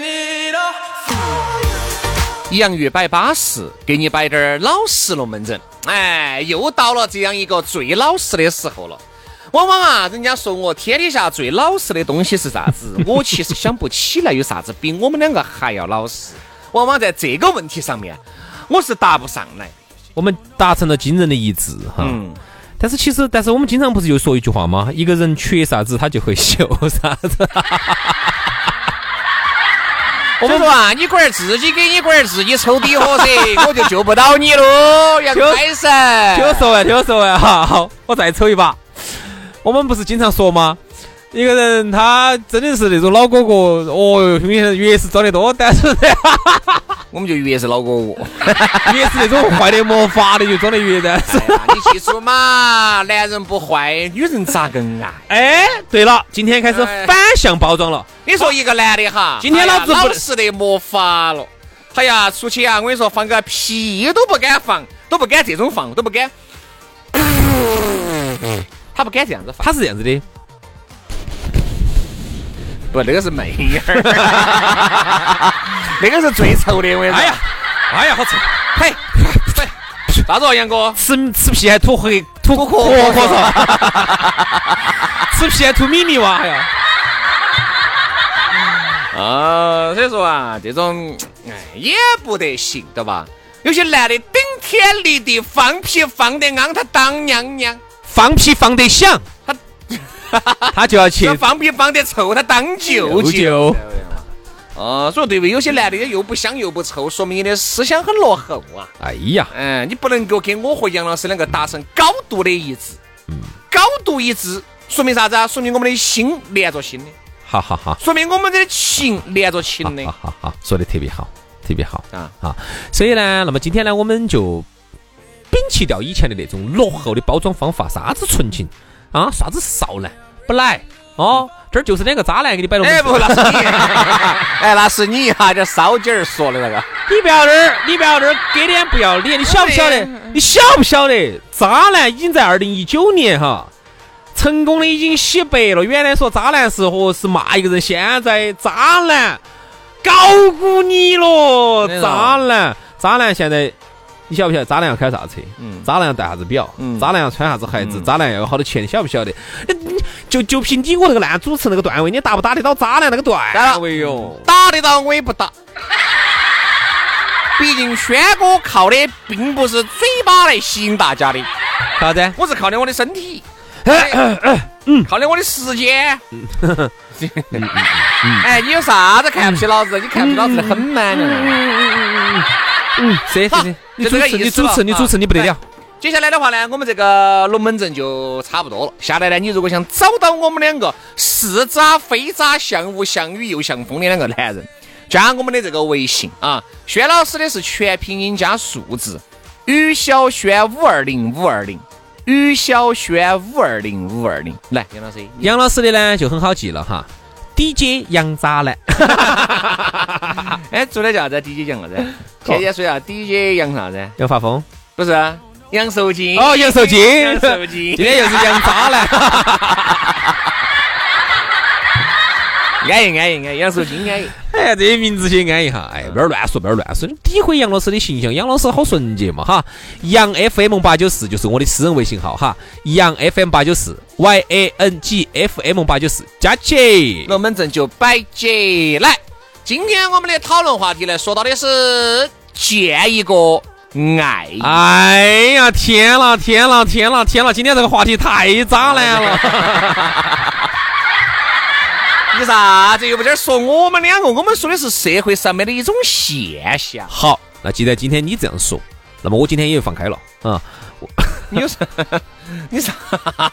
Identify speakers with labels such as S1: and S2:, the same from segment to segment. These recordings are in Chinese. S1: it all.
S2: 洋芋摆巴适，给你摆点儿老实龙门阵。哎，又到了这样一个最老实的时候了。往往啊，人家说我天底下最老实的东西是啥子？ 我其实想不起来有啥子比我们两个还要老实。往往在这个问题上面，我是答不上来。
S3: 我们达成了惊人的一致哈。
S2: 嗯
S3: 但是其实，但是我们经常不是就说一句话吗？一个人缺啥子，他就会秀啥子。
S2: 我们说啊，你龟儿自己给你龟儿自己抽底火 噻，我就救不到你喽，杨开神。
S3: 听我说完，听我说完哈，好，我再抽一把。我们不是经常说吗？一个人他真的是那种老哥哥，哦哟，兄弟越是装得多，但是呢
S2: 我们就越是老哥我。
S3: 越是那种坏的没法的，就装得越但是。
S2: 哎呀，你记住 嘛，男人不坏，女人咋啊个爱？
S3: 哎，对了，今天开始
S2: 哎
S3: 反向包装了。
S2: 你说一个男的哈，
S3: 今天老子
S2: 哎呀
S3: 不
S2: 老实的没法了。哎呀，出去啊，我跟你说，放个屁都不敢放，都不敢这种放，都不敢。他不敢这样子放，
S3: 他是这样子的，
S2: 不，那个是媚眼儿， 那个是最臭的。我跟你说，
S3: 哎呀，哎呀，好臭！
S2: 嘿，嘿，啥子哦，杨哥？
S3: 吃吃皮还吐壳吐壳
S2: 壳
S3: 壳嗦，吃皮还吐米米哇！哎呀，
S2: 啊，所以说啊，这种哎也不得行，对吧？有些男的顶天立地放屁放得昂，他当娘娘；
S3: 放屁放得响，
S2: 他
S3: 他就要去
S2: 这放屁放得臭，他当舅舅。
S3: 舅。
S2: 哦，所以对不对？有些男的又不香又不臭，说明你的思想很落后啊。
S3: 哎呀，
S2: 嗯，你不能够跟我和杨老师两个达成高度的一致。
S3: 嗯
S2: 高度一致，说明啥子啊？说明我们的心连着心的，
S3: 哈哈哈，
S2: 说明我们的情连着情的
S3: 哈。哈哈，说的特别好，特别好
S2: 哎啊
S3: 啊！所以呢，那么今天呢，我们就摒弃掉以前的那种落后的包装方法，啥子纯情啊，啥子少男不来哦，这儿就是两个渣男给你摆龙门
S2: 哎，
S3: 阵。
S2: 不，那是 你，哎，那是你哈，这烧鸡儿说的那个。
S3: 你不要这儿，你不要这儿，给脸不要
S2: 哎
S3: 脸，你晓不晓得？你晓不晓得？渣男已经在二零一九年哈，成功的已经洗白了。原来说渣男是和是骂一个人，现在渣男高估你了，
S2: 对了
S3: 渣男，渣男现在。你晓不晓得渣男要开啥车？
S2: 嗯
S3: 渣男要戴啥子表？
S2: 嗯
S3: 渣男要穿啥子鞋子？
S2: 嗯
S3: 渣男要有好多钱？你晓不晓得？你就就凭你我这个烂主持那个段位，你达不达得到渣男那个
S2: 哎
S3: 段位哟？
S2: 打得到我也不打。毕竟轩哥靠的并不是嘴巴来吸引大家的，
S3: 啥子？
S2: 我是靠的我的身体，哎靠的我的时间。 哎，你有啥子看不起老子？你看不起老子的很啊吗？
S3: 是是
S2: 好
S3: 是，你
S2: 就
S3: 主
S2: 这个
S3: 持，
S2: 意
S3: 你
S2: 思
S3: 主持，
S2: 了
S3: 你主持，
S2: 啊
S3: 你不得了。
S2: 接下来的话呢，我们这个龙门阵就差不多了。下来呢，你如果想找到我们两个是渣非渣、像雾像雨又像风的两个男人，加我们的这个微信啊，轩老师的是全拼音加数字，于小轩五二零五二零，于小轩五二零五二零。来，杨老师，
S3: 杨老师的呢就很好记了哈，DJ 杨渣 男，
S2: 哎，做的叫啥子？DJ 杨啥子？啊天天说啥？DJ 杨啥子？啊
S3: 杨发疯。
S2: 不是啊，杨寿金。
S3: 哦，杨受 惊，
S2: 杨寿金
S3: 今。天又是杨渣男。
S2: 安逸安逸安逸，杨寿金安逸。
S3: 哎呀，这些名字先安逸哈，哎，不要乱说，不要乱说，诋毁杨老师的形象。杨老师好纯洁嘛哈，杨 FM 八九四就是我的私人微信号哈，杨 FM 八九四 Y A N G F M 八九四加起。
S2: 龙门阵就摆起来。今天我们的讨论话题呢，说到的是见一个爱一个。
S3: 哎呀，天了，天了，天了，天了！今天这个话题太渣
S2: 哎
S3: 男了。
S2: 你啥子又不在这儿说我们两个？我们说的是社会上面的一种现象。
S3: 好，那既然今天你这样说，那么我今天也放开了啊、
S2: 你有啥？你啥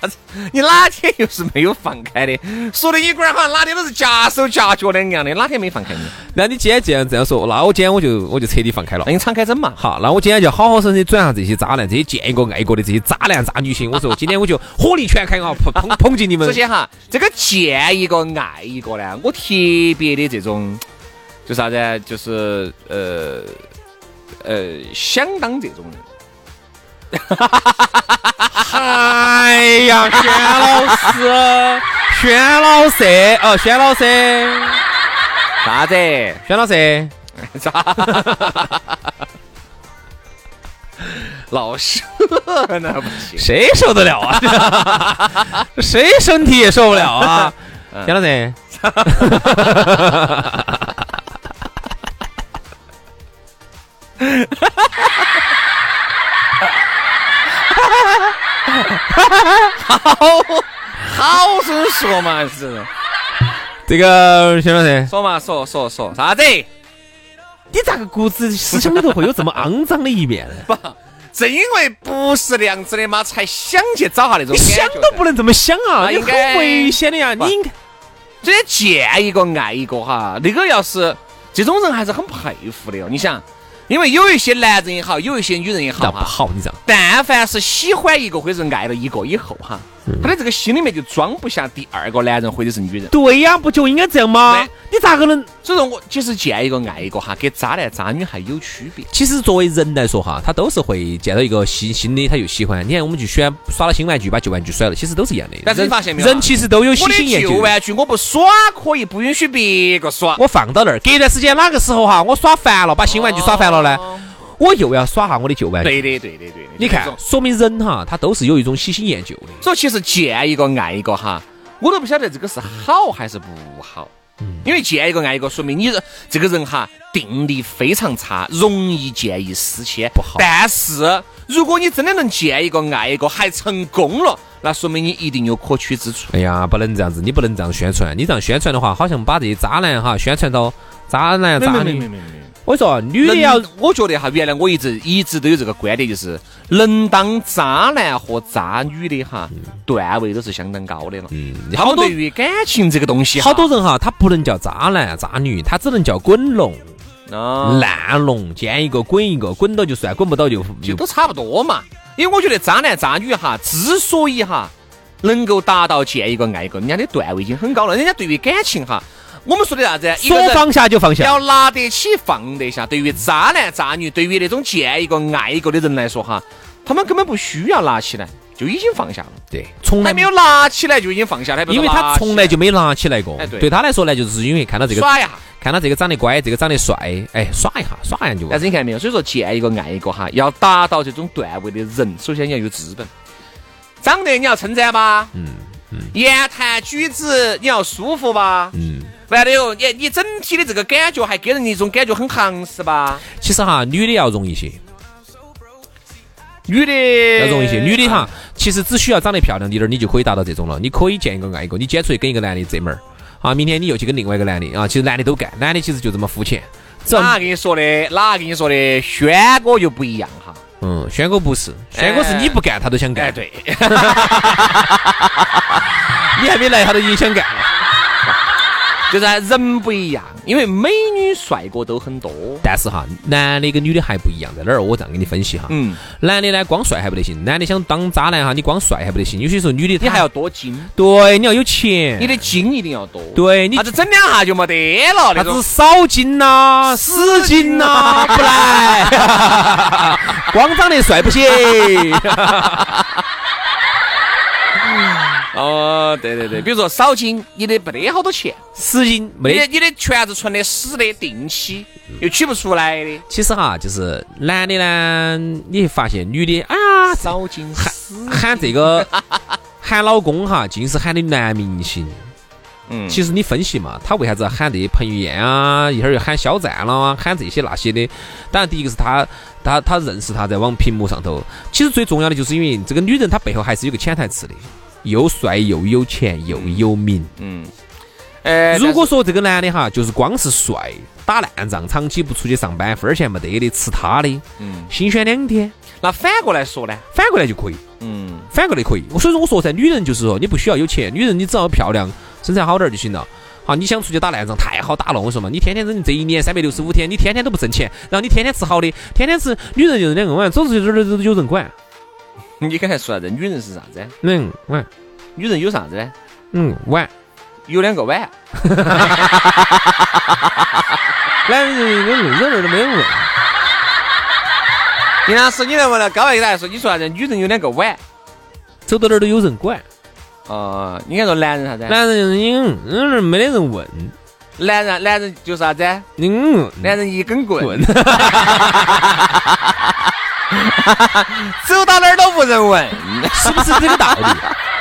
S2: 子？你哪天又是没有放开的？说的你龟儿好像哪天都是夹手夹脚的一样的，哪天没放开你？
S3: 那你既然这样这样说，那我今天我就我就彻底放开了
S2: 那。你敞开整嘛。
S3: 好，那我今天就好好生生转下这些渣男，这些见一个爱一个的这些渣男渣女性。我说，今天我就火力全开啊， 捧捧捧进你们
S2: 首。先哈，这个见一个爱一个呢，我特别的这种，就啥子啊？就是呃呃，想当这种人。
S3: 哎呀，轩老 师，轩老师，哦，轩老师，
S2: 啥子？
S3: 轩老师，
S2: 老师 那不行。
S3: 谁受得了啊？ 谁身体也受不了 啊？轩老师，
S2: 好生说嘛，是
S3: 这个轩老师，
S2: 说嘛，说说说啥子？
S3: 你咋个骨子思想里头会有这么肮脏的一面呢？
S2: 正因为不是那样子的嘛，才想去找下那种
S3: 你
S2: 感觉
S3: 想都不。能这么想啊！
S2: 那
S3: 你
S2: 应
S3: 很
S2: 该
S3: 危险的呀！你
S2: 不
S3: 应该
S2: 这见一个爱一个哈，那个要是这种人还是很佩服的哦。你想，因为有一些男人也好，有一些女人也
S3: 那
S2: 好
S3: 不
S2: 哈，
S3: 好，你这样。
S2: 但凡是喜欢一个或者是爱了一个以后哈，他的这个心里面就装不下第二个男人或者是女人。
S3: 对呀，不就应该这样吗
S2: 对？
S3: 你咋个能？
S2: 所以说我其实见一个爱一个哈，跟渣男渣女还有区别。
S3: 其实作为人来说哈，他都是会见到一个新新的，他就喜欢。你看，我们就喜欢耍了新玩具，把旧玩具甩了，其实都是一样的。
S2: 但是
S3: 人
S2: 你发现没有啊
S3: 人其实都有喜
S2: 我
S3: 新
S2: 的
S3: 厌
S2: 旧
S3: 旧。
S2: 玩具我不耍，可以不允许别个耍。
S3: 我放到那儿，隔一段时间哪个时候哈，我耍烦了，把新玩具耍烦了呢，我又要耍下我的旧玩具。
S2: 哦对的，对的，对的。
S3: 你
S2: 这
S3: 看
S2: 种，
S3: 说明人哈，他都是有一种喜新厌旧的。
S2: 所以其实见一个爱一个哈，我都不晓得这个是好还是不好。
S3: 嗯
S2: 因为见一个爱一个，说明你这个人哈定力非常差，容易见异思迁，
S3: 不好
S2: 但是如果你真的能见一个爱一个，还成功了，那说明你一定有可取之处。
S3: 哎呀，不能这样子，你不能这样宣传。你这样宣传的话，好像把这些渣男哈宣传到渣男渣女。
S2: 没没。
S3: 我说女的
S2: 能
S3: 要，
S2: 我觉得哈，原来我一直一直都有这个观点，就是能当渣男和渣女的哈，段位都是相当高的了。
S3: 嗯
S2: 他
S3: 好
S2: 们
S3: 多
S2: 对于感情这个东西哈，
S3: 好多人哈，他不能叫渣男渣女，他只能叫滚龙、
S2: 啊，
S3: 烂龙，见一个滚一个，滚到就算，滚不到就
S2: 就
S3: 就
S2: 都差不多嘛。因为我觉得渣男渣女哈，之所以哈能够达到见一个爱一个，人家的段位已经很高了。人家对于感情哈，我们说的啥子？一个
S3: 说
S2: 人
S3: 放下就放下
S2: 要。拿得起放得下。对于渣男渣女，对于那种见一个爱一个的人来说哈，他们根本不需要拿起来，就已经放下了。
S3: 对，从来
S2: 还没有拿起来就已经放下了，还不
S3: 嗯
S2: 是
S3: 因为
S2: 拿
S3: 他
S2: 起
S3: 从来就没拿起来过
S2: 哎。对
S3: 对他来说呢，就是因为看到这个，
S2: 耍一下。
S3: 看到这个长得乖，这个长得帅，哎，耍一下，耍一下就
S2: 但。是你看没有，所以说见一个爱一个哈，要达到这种段位的人，首先你要有资本，长得你要称赞吧，嗯嗯，言谈举止你要舒服吧，
S3: 嗯，
S2: 完了哟，你你整体的这个感觉还给人一种感觉很行实吧，
S3: 其实哈，女的要容易些，
S2: 女的
S3: 要容易些。女的哈，其实只需要长得漂亮一点儿，你就可以达到这种了。你可以见一个爱一个，你今天出去跟一个男的这门儿，啊，明天你又去跟另外一个男的啊，其实男的都干，男的其实就这么肤浅。只
S2: 哪
S3: 要
S2: 个跟你说的？哪个跟你说的？轩哥就不一样哈，
S3: 嗯，轩哥不是，轩哥是你不干他都想干，
S2: 哎对，
S3: 你还没来他都已经想干了。
S2: 就是人不一样，因为美女帅哥都很多，
S3: 但是哈，男的跟女的还不一样，在哪儿？我这样给你分析哈。
S2: 嗯，
S3: 男的呢，光帅还不得行，男的想当渣男哈，你光帅还不得行，有些时候女的
S2: 你
S3: 她
S2: 还要多精。
S3: 对，你要有钱，
S2: 你的筋一定要多。
S3: 哎对你
S2: 啥子整两下就没得了
S3: 啥
S2: 那种
S3: 子。少金呐、死金呐、不 来，光长得帅不行。
S2: 哦，对对对，比如说少筋，你的没得好多钱，
S3: 死金
S2: 你
S3: 没
S2: 的
S3: 得。
S2: 你的全是存的死的定期，又取不出来的。
S3: 其实哈，就是男的呢，你会发现女的，哎呀，
S2: 少筋死
S3: 喊这个喊老公哈，尽是喊的男明星。
S2: 嗯
S3: 其实你分析嘛，他为啥子要喊这些彭于晏啊，一会儿又喊肖战了，啊喊这些那些的？当然，第一个是他，他他认识他在往屏幕上头。其实最重要的就是因为这个女人她背后还是有个潜台词的，又帅又有钱又有名。
S2: 嗯，哎，
S3: 如果说这个男的哈，就是光是帅，打烂仗，长期不出去上班，分儿钱没得的，吃他的，
S2: 嗯，
S3: 新鲜两天，
S2: 那反过来说呢，
S3: 反过来就可以，
S2: 嗯，
S3: 反过来可以。所以说我说噻，女人就是说，你不需要有钱，女人你只要漂亮，身材好点儿就行了。啊，你想出去打烂仗太好打了，我说嘛，你天天扔，这一年三百六十五天，你天天都不挣钱，然后你天天吃好的，天天吃，女人就是两个碗，走出去这儿就有人管，
S2: 你刚才说啥子？女人是啥子？
S3: 嗯碗，
S2: 女人有啥子呢？
S3: 嗯碗，
S2: 有两个碗，
S3: 男人扔扔那儿都没有人问，
S2: 杨老师，你能不能高一给大家说？你说啥子？女人有两个碗
S3: 走到哪儿都有人管，
S2: 啊？你看说男人啥子？
S3: 男人嗯那儿没得人问，
S2: 男人男人就是啥子？
S3: 嗯
S2: 男人一根棍，
S3: 滚。
S2: 走到哪儿都无人问，
S3: 是不是这个道 理？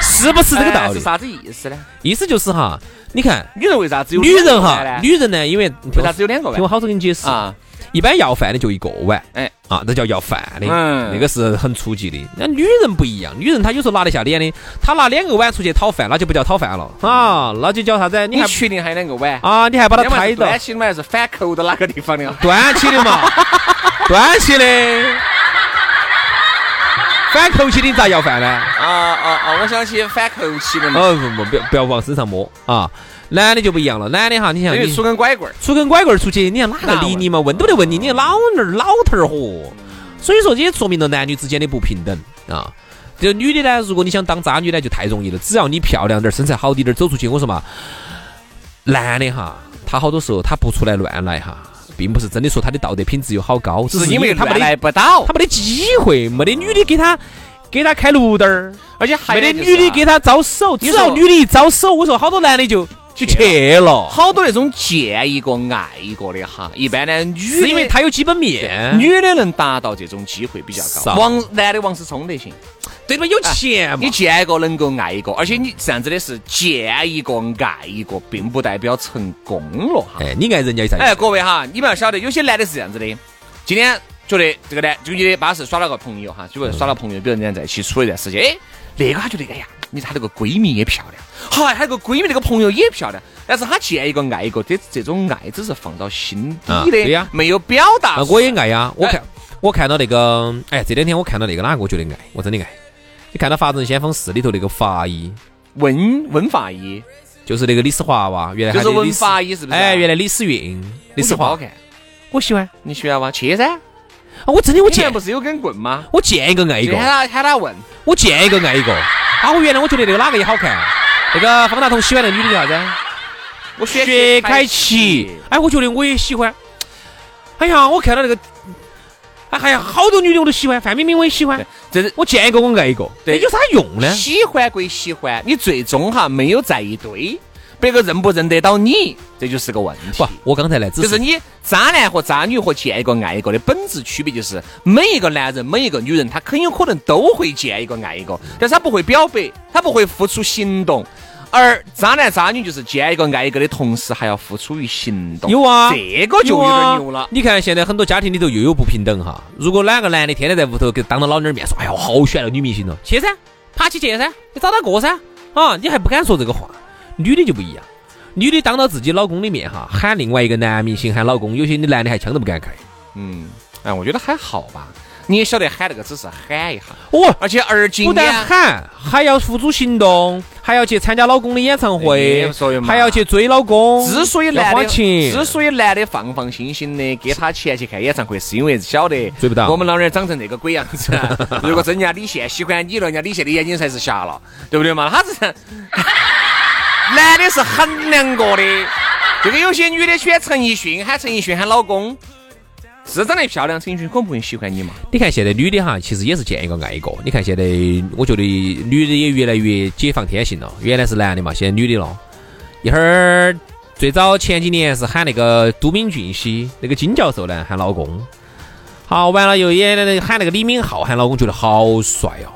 S3: 是不是这个
S2: 哎
S3: 道
S2: 是
S3: 理？
S2: 啥子意思呢？
S3: 意思就是哈，你看
S2: 女人为啥子有
S3: 女人
S2: 两个
S3: 哈，
S2: 碗呢
S3: 女人呢，因为
S2: 为啥子有两个
S3: 听我
S2: 碗
S3: 好生给你解释，
S2: 啊？
S3: 一般要饭的就一个碗，
S2: 哎
S3: 啊，那叫要饭的，
S2: 嗯
S3: 那个是很初级的。那女人不一样，女人她有时候拿得下脸的，她拿两个碗出去讨饭，那就不叫讨饭了啊，那就叫啥子？你
S2: 你
S3: 还
S2: 确定还有两个碗？
S3: 啊，你还把它抬到
S2: 端起的吗？还是反扣到哪个地方 的啊？
S3: 端起的嘛，端起的，反扣起的你咋要饭呢？
S2: 啊啊啊！我想起反扣起的嘛，
S3: 哦不不不要不要往身上摸啊！男的就不一样了，男的哈，你想
S2: 等于
S3: 你
S2: 出根拐棍儿。
S3: 出根拐棍儿出去，你看哪个理你嘛？问都不得问你，你看老那儿老头儿嚯！所以说，这也说明了男女之间的不平等啊。这女的呢，如果你想当渣女呢，就太容易了，只要你漂亮点儿，身材好滴点儿，走出去，我说嘛，男的哈，他好多时候他不出来乱来哈，并不是真的说他的道德品质有好高，只
S2: 是
S3: 是
S2: 因
S3: 因
S2: 为
S3: 为
S2: 他
S3: 他
S2: 们
S3: 没
S2: 来
S3: 得
S2: 不到
S3: 他，没得机会，没得女的给他给他开绿灯儿。
S2: 而且还
S3: 没
S2: 有
S3: 得
S2: 就是
S3: 女的给
S2: 啊
S3: 他招手，只
S2: 你
S3: 要
S2: 说啊
S3: 女的一招手，我说好多男的就就去了，
S2: 好多那种见一个爱一个的哈，一般呢女
S3: 是因为
S2: 他
S3: 他有基本面，
S2: 女的能达到这种机会比较高，哎
S3: 少
S2: 王男的王思聪得行，
S3: 对吧？有钱嘛
S2: 你，见一个能够爱一个，而且你这样子的是见一个爱一个，并不代表成功了哈。
S3: 哎，你爱人家有啥意思？
S2: 哎，各位哈，你们要晓得，有些男的是这样子的，今天觉得这个男，就你的巴适耍了个朋友哈，就比如耍了朋友，比如人家在一起处了一段时间，哎，那个他觉得，哎呀，你她那个闺蜜也漂亮，嗨，她那个闺蜜那个朋友也漂亮，但是他见一个爱一个，这这种爱只是放到心
S3: 啊
S2: 底的，
S3: 对呀
S2: 没有表达出
S3: 啊
S2: 来。
S3: 我也爱呀，我
S2: 哎
S3: 看我看到那个，哎，这两天我看到那个哪个，我觉得爱，我真的爱。你看到《法证先锋四》里头那个法医，
S2: 问问法医，
S3: 就是那个李思华哇，原来
S2: 就
S3: 他叫
S2: 是
S3: 李
S2: 问
S3: 思，
S2: 法医是不是啊？
S3: 哎，原来李思韵，李
S2: 是
S3: 思
S2: 不好
S3: 华，
S2: 看，
S3: 我喜欢。
S2: 你喜欢吗？去噻，
S3: 啊，我真的我
S2: 我前
S3: 见
S2: 不是有根棍吗？
S3: 我见一个哎爱一
S2: 就
S3: 个
S2: 喊。他喊他问，
S3: 我见一个爱一个。啊，我原来我觉得那个哪个也好看，那个方大同喜欢那个女的叫啥子？
S2: 我选
S3: 薛凯琪，哎，我觉得我也喜欢。哎呀，我看到那个，哎，还有好多女的我都喜欢，范冰冰我也喜欢
S2: 对。这是
S3: 我见一个我爱一个，
S2: 对
S3: 这有啥用呢？
S2: 喜欢归喜欢，你最终哈没有在一堆，别个认不认得到你，这就是个问题
S3: 不。，我刚才呢，只
S2: 就是
S3: 是
S2: 你渣男和渣女和见一个爱一个的本质区别，就是每一个男人、每一个女人，他很有可能都会见一个爱一个，但是他不会表白，他不会付出行动。而渣男渣女就是见一个爱一个的同时，还要付出于行动。
S3: 有啊
S2: 这个就有点牛了。
S3: 你看现在很多家庭里头又有不平等哈。如果哪个男的天天在屋头给当着老娘儿面说，哎呀，我好喜欢那个女明星了，去噻，爬起去噻，你找他过噻，啊，你还不敢说这个话。女的就不一样，女的当到自己老公的面哈，喊另外一个男明星喊老公，有些男的还枪都不敢开。
S2: 嗯，哎，我觉得还好吧。你也晓得喊那个只是喊一下，
S3: 哦，
S2: 而且而今
S3: 不
S2: 天啊
S3: 但喊，还要付诸行动，还要去参加老公的演唱会
S2: 哎所以，嘛
S3: 还要去追老公。
S2: 之所以
S3: 要
S2: 男
S3: 花
S2: 的，
S3: 钱，
S2: 之所以男的放放心心的给他钱去看演唱会，是因为晓得
S3: 追不到
S2: 我们老娘儿长成这个鬼样子。啊 如果真人家李现喜欢你了，人家李现的眼睛才是瞎了，对不对嘛？他是 男的是衡量过的，就跟有些女的喜欢陈奕迅，喊陈奕迅喊老公，是长得漂亮，陈奕迅可能不会喜欢你嘛。
S3: 你看现在女的哈，其实也是见一个爱一个。你看现在，我觉得女的也越来越解放天性了。原来是男的嘛，现在女的了。一会儿最早前几年是喊那个都敏俊熙，那个金教授呢喊老公。好，完了又也喊那个李敏镐喊老公，觉得好帅哦。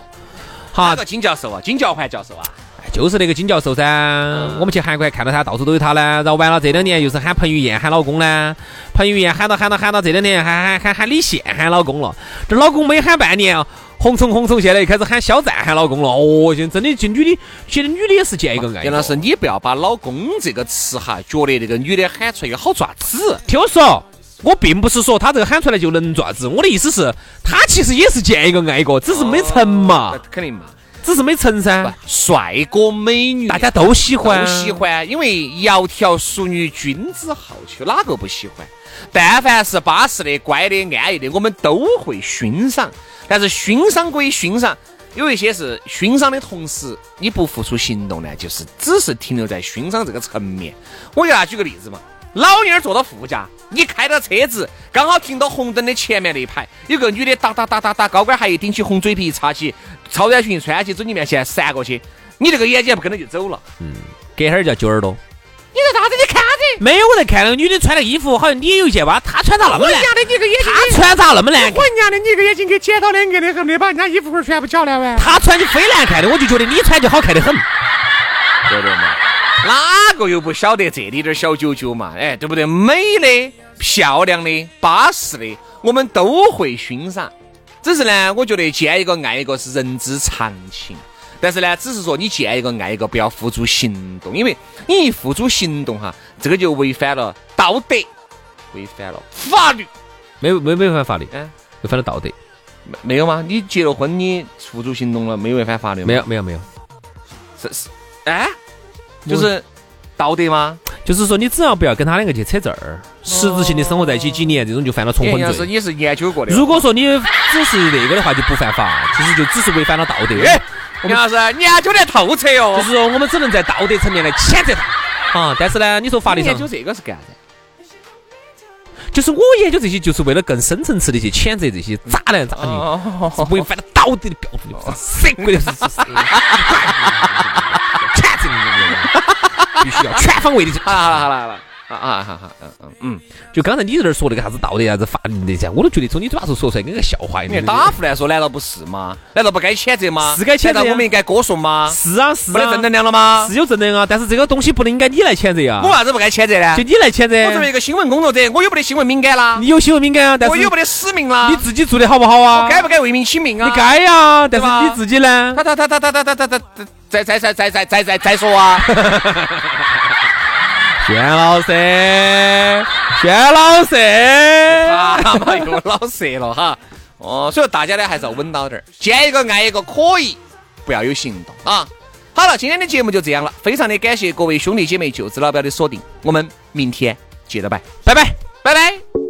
S3: 好
S2: 哪，个金教授啊？金教环教授啊？
S3: 就是那个金教授噻，
S2: 嗯
S3: 我们去韩国还看到他，到处都有他呢。然后完了这两年又是喊彭于晏喊老公呢，彭于晏喊到喊到喊到这两年喊喊喊喊李现喊老公了，这老公没喊半年啊，红虫红虫现在又开始喊肖战喊老公了。哦，现在真的这女的，觉得女的也是见一个爱一
S2: 杨
S3: 个。
S2: 啊老师，你不要把“老公”这个词哈，觉得那个女的喊出来好爪子。啊
S3: 听我说，我并不是说他这个喊出来就能爪子，我的意思是，他其实也是见一个爱一个，只是没成嘛，
S2: 哦那肯定嘛，
S3: 只是没成噻，
S2: 帅哥美女
S3: 大家都喜欢，
S2: 都喜。欢，因为窈窕淑女，君子好逑，哪个不喜欢？但凡是巴适的、乖的、安逸的，我们都会欣赏。但是欣赏归欣赏，有一些是欣赏的同时，你不付出行动呢，就是只是停留在欣赏这个层面。我给大家举个例子嘛，老妞儿坐到副驾，你开到车子刚好停到红灯的前面那一排，有个女的哒哒哒哒哒，高跟鞋一顶起，红嘴皮一插起，超短裙穿起，走你面前闪过去，你这个眼睛不跟着就走了。
S3: 隔哈儿叫揪耳朵。
S2: 你在啥子？你看啥子？
S3: 没有，我在看那个女的穿那个衣服，好像你有一件吧？她穿咋那么
S2: 我
S3: 难？
S2: 娘的，你个眼睛！
S3: 她穿咋那么难看？
S2: 我娘的，你个眼睛给剪刀的，硬的很，没把人家衣服裤儿全部绞了完。
S3: 她穿就非难看的，我就觉得你穿就好看得很。
S2: 对对嘛，哪个又不晓得这里点儿小九九嘛？哎，对不对？美的、漂亮的、巴适的，我们都会欣赏。只是呢，我觉得见一个爱一个是人之常情。但是呢，只是说你见一个爱一个，不要付诸行动，因为你一付诸行动哈，这个就违反了道德，违反了法律。
S3: 没有没有没犯法律，
S2: 嗯，
S3: 违反了道德。
S2: 没没有吗？你结了婚，你付诸行动了，没违反法律吗？
S3: 没有没有没有，
S2: 是是，哎，就是道德吗？
S3: 就是说你只要不要跟他两个去扯这儿，实质性的生活在一起几年，这种就犯了重
S2: 你
S3: 婚
S2: 要是
S3: 罪。
S2: 你是研究过的。哦
S3: 如果说你只是那个的话，就不犯法，其实就只是违反了道德。
S2: 哎，杨老师，你研究得透彻
S3: 就
S2: 哦。
S3: 是说我们只能在道德层面来谴责他啊。但是呢，你说法律
S2: 你
S3: 上
S2: 研，究这个是干啥子？
S3: 就是我研究这些，就是为了更深层次的去谴责这些渣男渣女。
S2: 哦，
S3: 是违反了道德的标准 的，谁鬼的， 全责必须要全方位的。
S2: 好了好了好了好了，啊啊好好嗯嗯嗯，
S3: 就刚才你在那儿说那个啥子道德、啥子法律的，这样我都觉得从你嘴巴头说出来跟个笑话一
S2: 你
S3: 样。
S2: 打胡乱说，难道不是吗？难道不该谴责吗？
S3: 是该谴责呀
S2: 难道我们应该歌颂吗？
S3: 是啊是
S2: 没得
S3: 啊
S2: 正，能量了吗
S3: 是？有正能量啊，但是这个东西不能应该你来谴责呀
S2: 我，为啥子不该谴责呢
S3: 就？你来谴
S2: 我作为一
S3: 责。
S2: 个新闻工作者，我有没得新闻敏感啦？
S3: 你有新闻敏感啊，但
S2: 我
S3: 是
S2: 有没
S3: 你
S2: 得使命啦？
S3: 自己做的好不好啊？
S2: 啊该不该为民请命啊？
S3: 你该呀，但
S2: 对吧
S3: 是你自己呢？
S2: 他他他他他他他他他再再再再再再再再说啊！
S3: 轩老师，轩老师，
S2: 啊妈又老舌了哈！哦，所以大家呢还是要稳当点儿，见一个爱一个可以，不要有行动啊！好了，今天的节目就这样了，非常的感谢各位兄弟姐妹、舅子老表的锁定，我们明天接着拜，
S3: 拜拜。
S2: 拜拜。